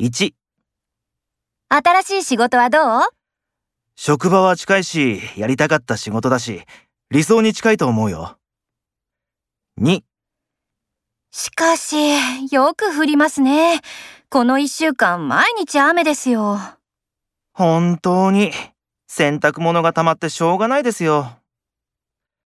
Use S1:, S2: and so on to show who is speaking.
S1: 1、
S2: 新しい仕事はどう
S1: 職場は近いし、やりたかった仕事だし、理想に近いと思うよ。2、
S2: しかし、よく降りますね。この一週間毎日雨ですよ。
S1: 本当に、洗濯物が溜まってしょうがないですよ。